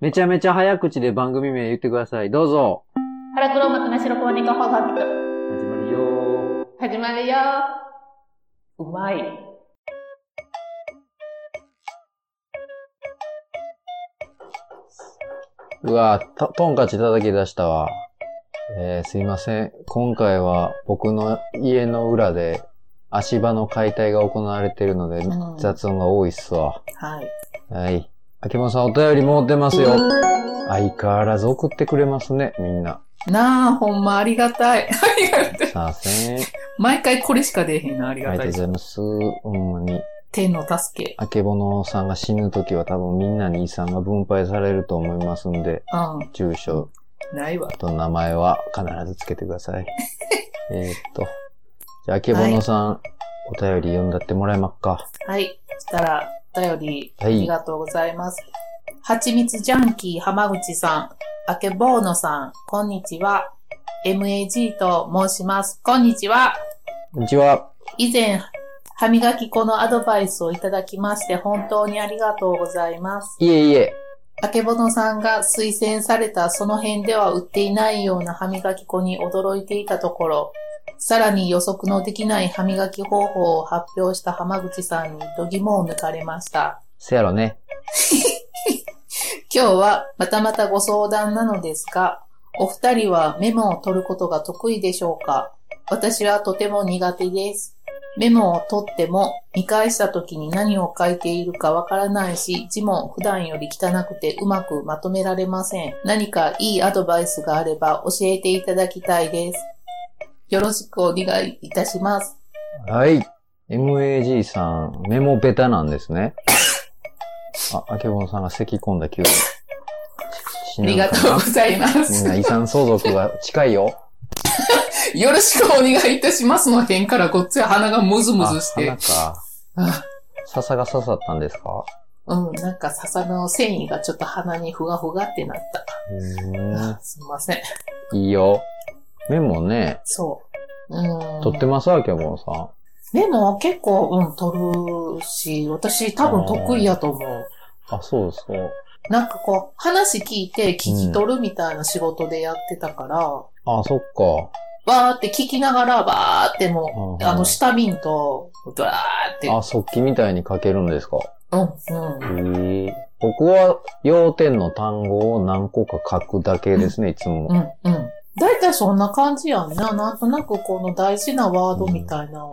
めちゃめちゃ早口で番組名言ってください。どうぞ。腹黒幕なしのコーネコホガビト。始まるよ始まるようまい。ー。うわとトンカチ叩き出したわ。えー、すいません。今回は僕の家の裏で足場の解体が行われているので、うん雑音が多いっすわ。はい。はい。秋元さんお便りもってますよ。相変わらず送ってくれますね、みんな。なあ、ほんまありがたい。 ありがたい。さあせん。 あ毎回これしか出えへんのありりががとたうごいざ。います。ほんまに。天の助け。あけぼのさんが死ぬときは多分みんなに遺産が分配されると思いますんで、う住所ん。ないわ。と名前は必ずつけてくだ さい。えーっと。じゃあ、あけぼのさん、お便り読んだってもらえまっか。はい。そしたら、お便り、あはいりがとうございます。はちみつジャンキー浜口さん、あけぼうのさん、こんにちは。MAG と申します。こんにちは。こんにちは。以前、歯磨き粉のアドバイスをいただきまして、本当にありがとうございます。いえいえ。あけぼのさんが推薦されたその辺では売っていないような歯磨き粉に驚いていたところ、さらに予測のできない歯磨き方法を発表した浜口さんに度肝を抜かれました。せやろね。今日はまたまたご相談なのですが、お二人はメモを取ることが得意でしょうか私はとても苦手です。メモを取っても見返した時に何を書いているかわからないし、字も普段より汚くてうまくまとめられません。何かいいアドバイスがあれば教えていただきたいです。よろしくお願いいたします。はい。MAG さん、メモベタなんです ね。あ、あけぼのさんが咳き込んだ急に。死あぬりのがかとうなございまみんす。な遺産相続が近いよ。よろしくお願いいたしますの辺からこっちは鼻がムズムズしあ、て花。か。あ笹が刺さったんですかうん、なんか笹の繊維がちょっと鼻にふわふわってなった。うあーすいません。ん。いいよ。メモね、そう。うん。取ってますわけもんさ。でも結構、うん、取るし、私多分得意やと思う。あ、そうそう。なんかこう、話聞いて聞き取るみたいな仕事でやってたから、あ、そっか。わーって聞きながら、わーってもう、うんうんあの、下瓶と、ドラーって、あ、速記みたいに書けるんですか。うん、うん。へえ。僕は要点の単語を何個か書くだけですね、いつもう。ん、うん。だいたいそんな感じやんな。なんとなくこの大事なワードみたいなのを。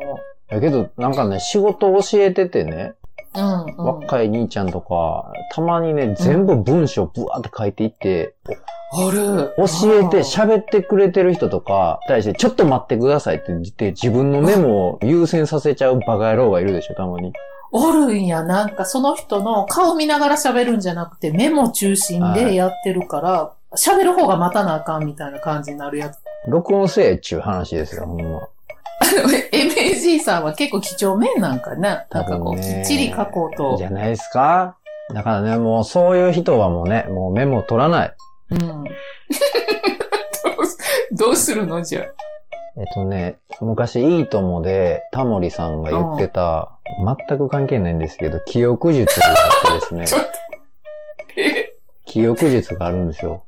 だけど、なんかね、仕事を教えててね、うん、うん。若い兄ちゃんとか、たまにね、全部文章ブワーって書いていって、ある。教えてゃ喋ってくれてる人とか、対してちょっと待ってくださいって言って自分のメモを優先させちゃうバカ野郎がいるでしょ、たまに。おるんや、なんかその人の顔見ながら喋るんじゃなくてメモ中心でやってるから、喋る方が待たなあかんみたいな感じになる やつ。録音せえっちゅう話ですよ、ほんま。 MAG さんは結構几帳面なんかな。なんか多こ分う、きねっちり書こうとじ。ゃないですかだからね、もうそういう人はもうね、もうメモ取らない。うん。 どうすどうするのじゃえっとね、昔いいともでタモリさんが言ってた、全く関係ないんですけど、記憶術があってですちょ ね、っえ記憶術があるんですよ。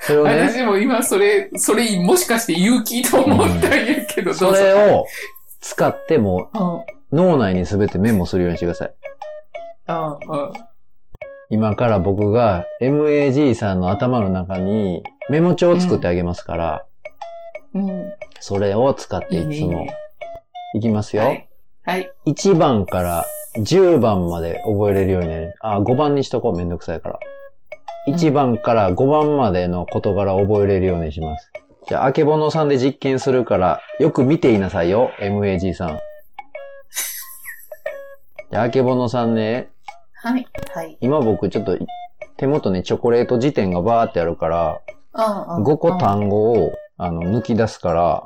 それをね、私も今それ、それもしかして勇気と思ったんやけど、どそうぞ。れを使ってもうん、う脳内に全てメモするようにしてください。うん、うん。今から僕が MAG さんの頭の中にメモ帳を作ってあげますから、うん。それを使っていいいね、いついもね。いきますよ。はい。はい。 1番から10番まで覚えれるようにね。あ、5番にしとこう。めんどくさいから。うん1番から5番までの事柄を覚えれるようにします。じゃあ、あけぼのさんで実験するから、よく見ていなさいよ、MAG さん。じゃあ、あけぼのさんね、はい。はい。今僕ちょっと手元にチョコレート辞典がバーってあるから、うん、うん。 5個うん単語を、あの、抜き出すから、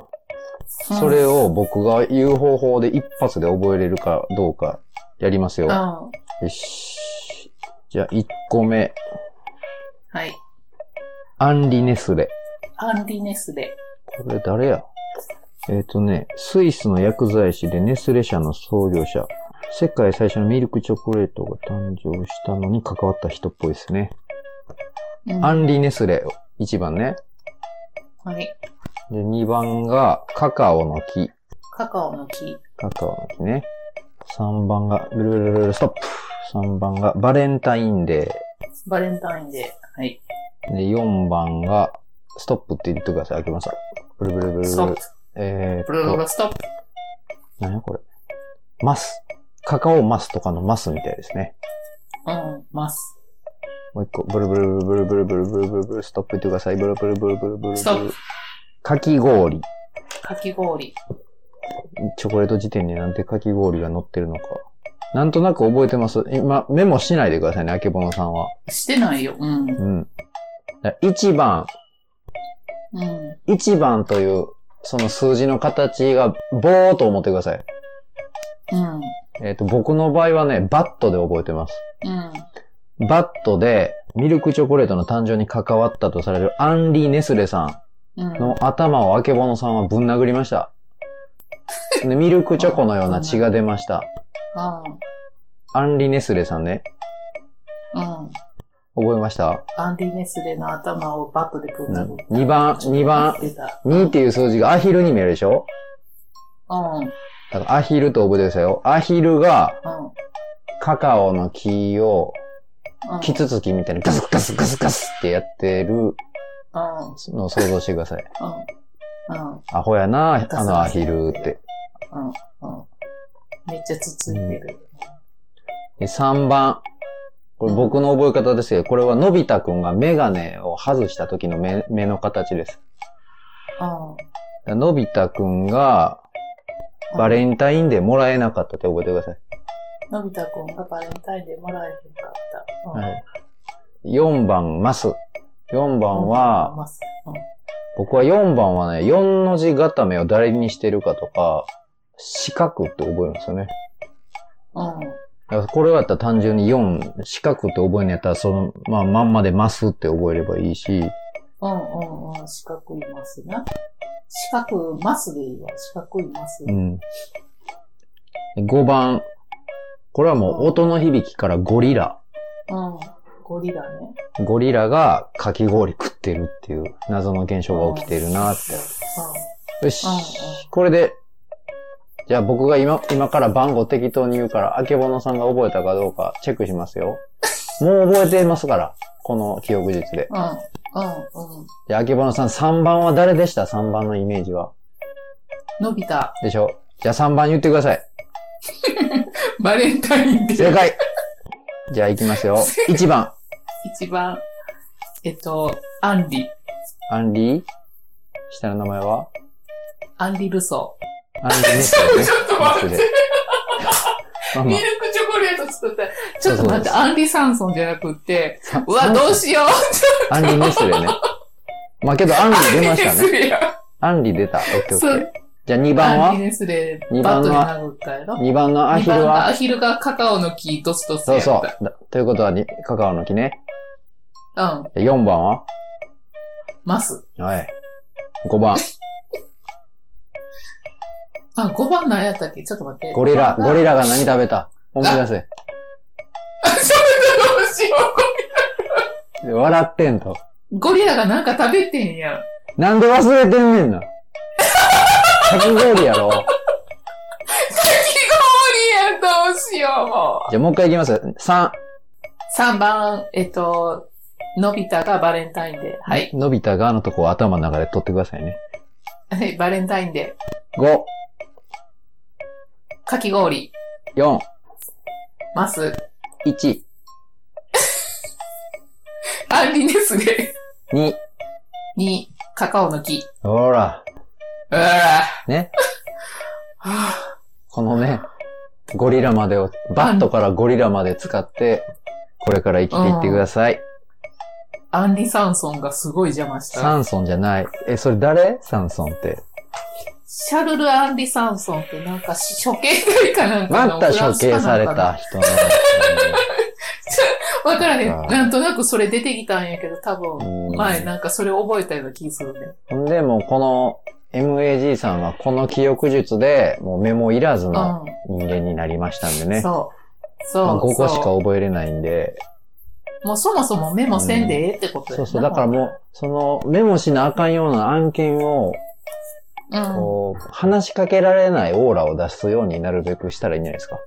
それを僕が言う方法で一発で覚えれるかどうかやりますよ。うん。よはし。じゃあ1個目。い。アンリネスレ。アンリネスで。これ誰やえっ、とね、スイスの薬剤師でネスレ社の創業者。世界最初のミルクチョコレートが誕生したのに関わった人っぽいですね。うんアンリ・ネスレ、1番ね。はい。で、2番がカカオの木。カカオの木。カカオの木ね。3番が、ルルルルル、ストップ。3番がバレンタインデバレンタインデー。はい。ー。で、4番が、ストップって言ってください。開けました。ブルブルブルブル。ストップ。えーっブルブと、ルストップ。何やこれ。マス。カカオマスとかのマスみたいですね。うん。ます。もう一個、ブルブルブルブルブルブルブルブル、ストップ言ってください。ブルブルブルブルブルブストッルプ。。かき氷。かき氷。チョコレート辞典になんてかき氷が載ってるのか。なんとなく覚えてます。今、メモしないでくださいね、あけぼのさんは。してないよ。うん。ううん。だ1番、ん。 1番という、その数字の形が棒と思ってください。うん。えっ、と、僕の場合はね、バットで覚えてます。うん。バットで、ミルクチョコレートの誕生に関わったとされるアンリー・ネスレさうんん。の頭をあけぼのさんはぶん殴りました。でミルクチョコのような血が出ました。あアンリー・ネスレさんね。あ。うん。覚えましたアンリネスレの頭をバットでぶん殴る。 ?2 番、2番、出た。 2っていう数字がアヒルに見えるでしょうん。うん。だからアヒルと覚えてくださいよ。アヒルがカカオの木をうん。キツツキみたいにガスガスガスガスってやってるうん。うん。のを想像してください。うん。アホやな、ガあスのガアスヒルって。うん。めっちゃつついてる。で3番。これ僕の覚え方ですけど、これはのび太くんがメガネを外した時の目目の形です。うん。だからのび太くんがバレンタインでもらえなかったって覚えてください。のび太くんがバレンタインでもらえへんかった。うんはい、4番、マス。4番は、、僕は4番はね、4の字固めを誰にしてるかとか、四角って覚えるんですよね。うん。だからこれはやったら単純に4、四角って覚えるんやったら、その、まあ、まんまでマスって覚えればいいし、うんうんうん。四角いますな。四角、マスでいいわ。四角いますう。ん。5番。これはもう音の響きからゴリラ。うん。ゴリラね。ゴリラがかき氷食ってるっていう謎の現象が起きてるなって。よしうんうん。これで、じゃあ僕が今、今から番号適当に言うから、あけぼのさんが覚えたかどうかチェックしますよ。もう覚えてますから、この記憶術で。うん。うん。うん。うん。じゃあ、あけぼのさん3番は誰でした ?3 番のイメージは。のび太。でしょじゃあ3番言ってください。バレンタイン正で。解じゃあ行きますよ。1番、一番、えっと、アンリ。アンリー下の名前はアンリルソー。アンリーネスレね。ちょっと待ってネスレ。まあまミあルクチョコレート作った。ちょっと待っそうそうでて、すアンリ・サンソンじゃなくって、さうわ、どうしよう。アンリーネスレね。まあけど、アンリー出ました ね。ね。アンリー出た。オッケーオッケそーう。じゃあ2番アンはリネスレ二番バットでは殴ったやろ。 ?2 番のア二ヒ番ルがアはヒルがカカオの木ドスドスそやうった。そう。だということはに、カカオの木ね。うん。 4番はマス。はい。5番、あ、5番何やったっけちょっと待って。ゴリラ。ゴラ。リラが何食べた思い出せ。 どうしよ笑ってんと。う。ゴリラがなんか食べてんやん。なんで忘れてんねん な。かき氷やろ。ゴリラどうしようもじゃあもう一回いきます。3、う。3番、えっと、のび太がバレンタインで。はい。のび太がのとこを頭の中で取ってくださいね。はい、バレンタインで。 5、かき氷。 4、マス。 1、アンリネスレ。 2。 2、カカオの木。ほら、うわぁ。ね。はぁこのね、ゴリラまでを、バットからゴリラまで使って、これから生きていってください。アンリ・サンソンがすごい邪魔した。サンソンじゃない。え、それ誰サンソンって。シャルル・アンリ・サンソンってなんかし処刑罪かなんかまのた処フラ刑ンスかさなれんかなた。人の。わからへんあ。ーなんとなくそれ出てきたんやけど、多うん 分、前なんかそれ覚えたような気するね。ほんで、もうこの、MAG さんはこの記憶術で、もうメモいらずのう人間になりましたんでん。ね。そう。そう。まあ、5個しかそう覚えれないんで、もうそもそもメモせんでええってことやそうそう。だからもう、その、メモしなあかんような案件を、ら、うん。こう、話しかけられないオーラを出すようになるべくしたらいいんじゃないですか。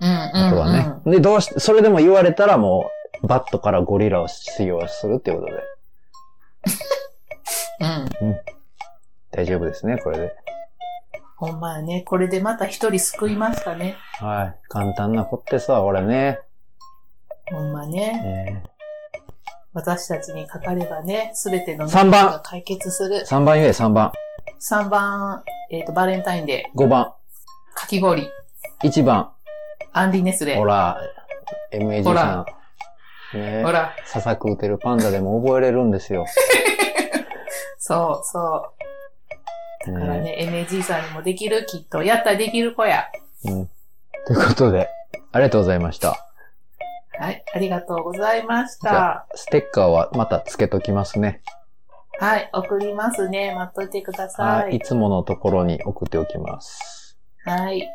うんうん、うん。あとはね。で、どうし、それでも言われたらもう、バットからゴリラを使用するってことで、 うん。大丈夫ですね、これで。ほんまやね。これでまた一人救いましたね。はい。簡単な子ってさ、俺ね。ほんまね。ね私たちにかかればね、すべての三番悩みが解決する。 3番言え、3番。 3番、えっ、と、バレンタインデ5番。ー、かき氷、 1番。アンリネスレ。ほら、MAG さほらん。ねほら。ささく打てるパンダでも覚えれるんですよ。そうそう。だからねね、MAG さんにもできる、きっと。やったらできる子や。うん。ということで、ありがとうございました。はい、ありがとうございましじゃた。ステッカーはまたつけときますね。はい、送りますね。待っといてくださいい。つものところに送っておきます。はい、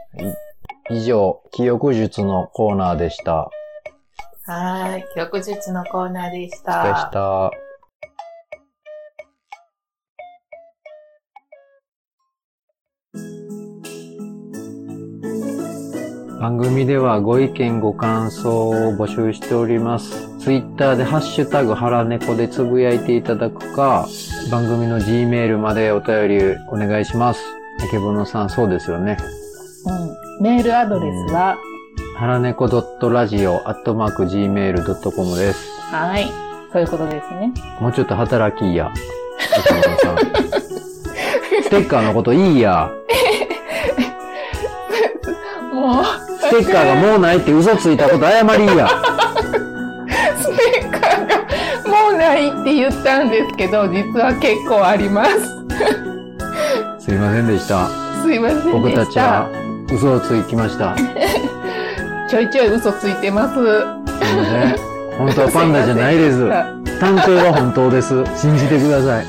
以上、記憶術のコーナーでした。はい、翌日のコーナーでしでたし。た。番組ではご意見ご感想を募集しております。ツイッターでハッシュタグ腹猫でつぶやいていただくか、番組の G メールまでお便りお願いします。あけぼのさん、そうですよね。うん、メールアドレスは、はらねこ .radio.gmail.com です。はい、そういうことですね。もうちょっと働きいや。岡村さんステッカーのこといいや。もう、 ステッカーがもうないって嘘ついたこと謝りいや。ステッカーがもうないって言ったんですけど、実は結構あります。すいませんでした。すいませんでした。僕たちは嘘をついきました。すいちょいちょい嘘ついてます。ま せん。本当はパンダじゃないです。は探偵は本当です。信じてください。い。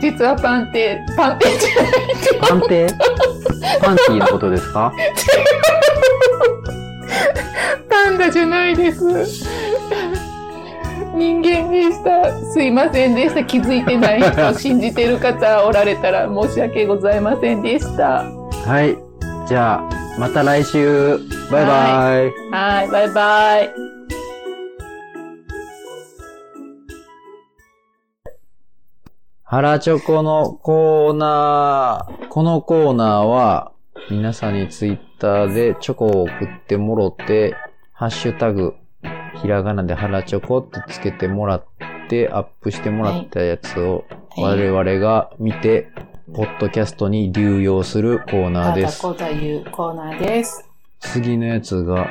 実はパンテ、パンテじゃない探 偵パンティーのことですかパンダじゃないです。 人間でした。すいませんでした。気づいてない人、信じてる方おられたら申し訳ございませんでした。はい。じゃあ、また来週。バイバイ。はい、バイバイ。腹チョコのコーナー。このコーナーは、皆さんにツイッターでチョコを送ってもろて、ハッシュタグ、ひらがなで腹チョコってつけてもらって、アップしてもらったやつを、我々が見て、ポッドキャストに流用するコーナーたでだす。こうというコーナーです。次のやつが、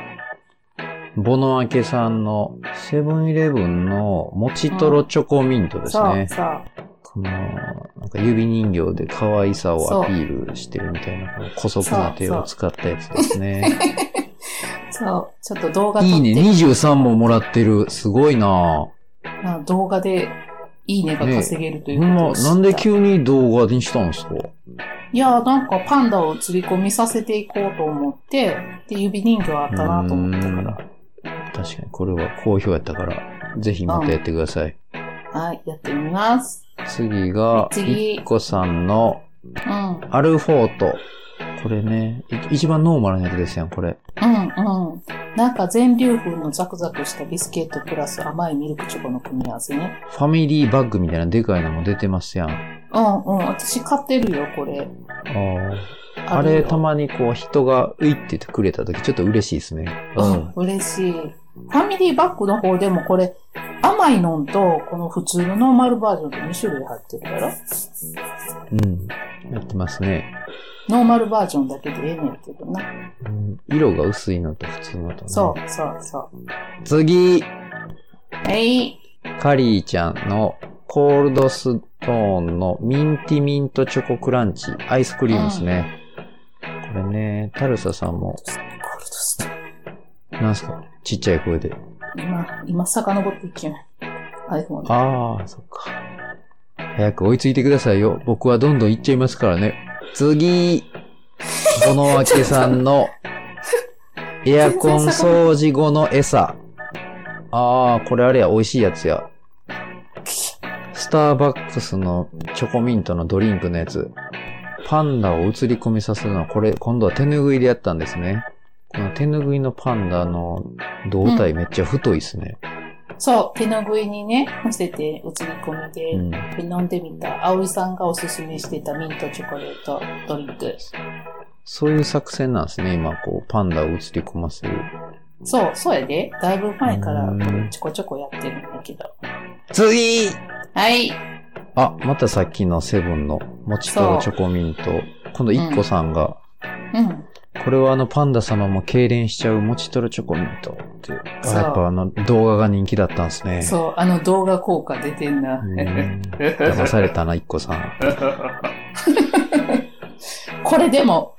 ボノアケさんのセブンイレブンのもちとろチョコミントですね。そう、そう。この、なんか指人形で可愛さをアピールしてるみたいな、この古速な手を使ったやつです ね。そう、ちょっと動画撮って、いいね、23本もらってる。すごいなまあ動画でいいねが稼げるとぁ。いうほんことま、を知ったなんで急に動画にしたんすかいや、なんかパンダを釣り込みさせていこうと思って、で、指人形あったなと思ったから。確かに、これは好評やったから、ぜひまたやってください。はい、やってみます。次が、次いっこさんのうん。うん、アルフォート。これね、い一番ノーマルなやつですやん、これ。うん。なんか全粒粉のザクザクしたビスケットプラス甘いミルクチョコの組み合わせね。ファミリーバッグみたいなでかいのも出てますやん。あうんうん。私買ってるよ、これ。ーああるよれ、たまにこう、人が、ういって言ってくれた時、ちょっと嬉しいですね。うん。。嬉しい。ファミリーバッグの方でもこれ、甘いのんと、この普通のノーマルバージョンと2種類入ってるやろうん。やってますね。ノーマルバージョンだけでええねんけどな。うん、色が薄いのと普通のと、ね。そう、そう、そう。う。次、えい、カリーちゃんの、コールドストーンのミンティミントチョコクランチ、アイスクリームですね。これね、タルサさんも、ゴールドスターなんすかちっちゃい声で。今、今遡っていけない。iPhone で。ああ、そっか。早く追いついてくださいよ。僕はどんどん行っちゃいますからね。次、小野明さんの、エアコン掃除後の餌。ああ、これあれや、美味しいやつや。スターバックスのチョコミントのドリンクのやつ。パンダを映り込みさせるのは、これ、今度は手ぬぐいでやったんですね。この手ぬぐいのパンダの胴体めっちゃ太いっすね。そう、手拭いにね、乗せて映り込みで、うん。飲んでみた、葵さんがおすすめしてたミントチョコレートドリンク。そういう作戦なんですね、今、こう、パンダを映り込ませる。そう、そうやで。だいぶ前からうんちょこちょこやってるんだけど。次はい。あ、またさっきのセブンの、もちとチョコミント。今度、いっこさんが、うん。これはあのパンダ様も痙攣しちゃうもちとろチョコミントっていう。あそうやっぱあの動画が人気だったんですね。う。そう、あの動画効果出てんな。ん、騙されたな、一個さん。これでも、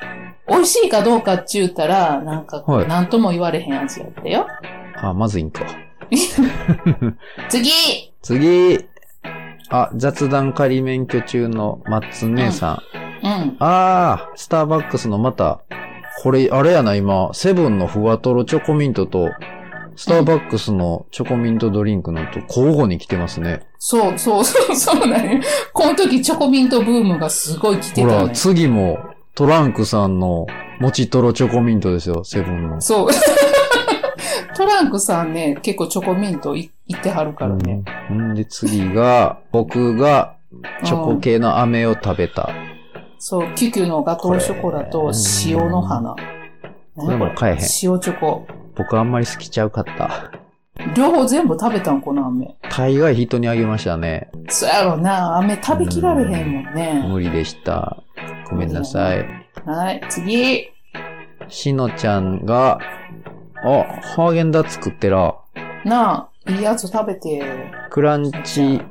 美味しいかどうかっちゅうたら、なんか、はいなんとも言われへん味やったよ。あ、まずいんか。次次あ、雑談仮免許中のマッツン姉さん。うん。あー、スターバックスのまた、これ、あれやな、今、セブンのふわとろチョコミントと、スターバックスのチョコミントドリンクのと交互に来てますね。そう、そう、そう、そうなのよ。この時チョコミントブームがすごい来てほたのら、よ。次もトランクさんのもちとろチョコミントですよ、セブンの。そう。 トランクさんね、結構チョコミントいいってはるからね。うん。で、次が、僕がチョコ系の飴を食べた。そう、キュキュのガトーショコラと塩の花。これも買えへん塩チョコ。僕あんまり好きちゃうかった。両方全部食べたんこの飴。大概人にあげましたね。そうやろな、飴食べきられへんもんね。無理でした。ごめんなさい。はい、次。しのちゃんが、あ、ハーゲンダッツ作ってら。なあ、いいやつ食べて。クランチ、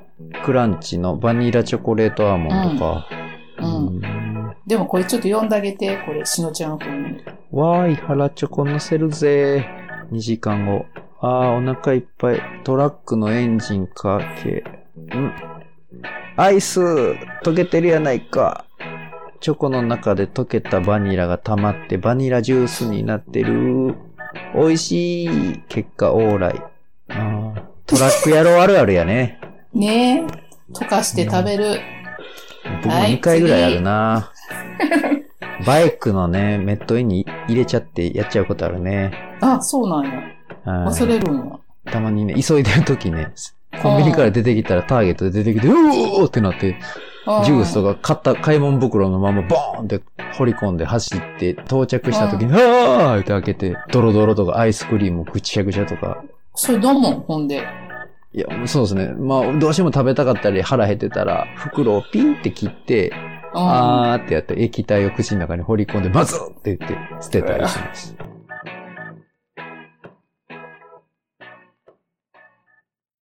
クランチのバニラチョコレートアーモンドか。うん。んでもこれちょっと読んであげて、これ、しのちゃん風に。わーい、腹チョコ乗せるぜ。2時間後。あー、お腹いっぱい。トラックのエンジンかけ。うん。アイス、溶けてるやないか。チョコの中で溶けたバニラが溜まってバニラジュースになってる。美味しい。結果オーライ。あートラック野郎あるあるやね。ねえ、溶かして食べる。僕もはい2回ぐらいあるな。バイクのね、メットインに入れちゃってやっちゃうことあるね。あ、そうなんや。はい忘れるんや。たまにね、急いでるときね、コンビニから出てきたらターゲットで出てきて、うおーってなって、ジュースとか。か買った買い物袋のままボーンって掘り込んで走って、到着したときに、あーって開けて、ドロドロとかアイスクリームぐちゃぐちゃとか、それどうもん、ほんで。いや、そうですね。まあ、どうしても食べたかったり腹減ってたら、袋をピンって切って、うんあーってやって液体を口の中に掘り込んで、バズって言って捨てたりします。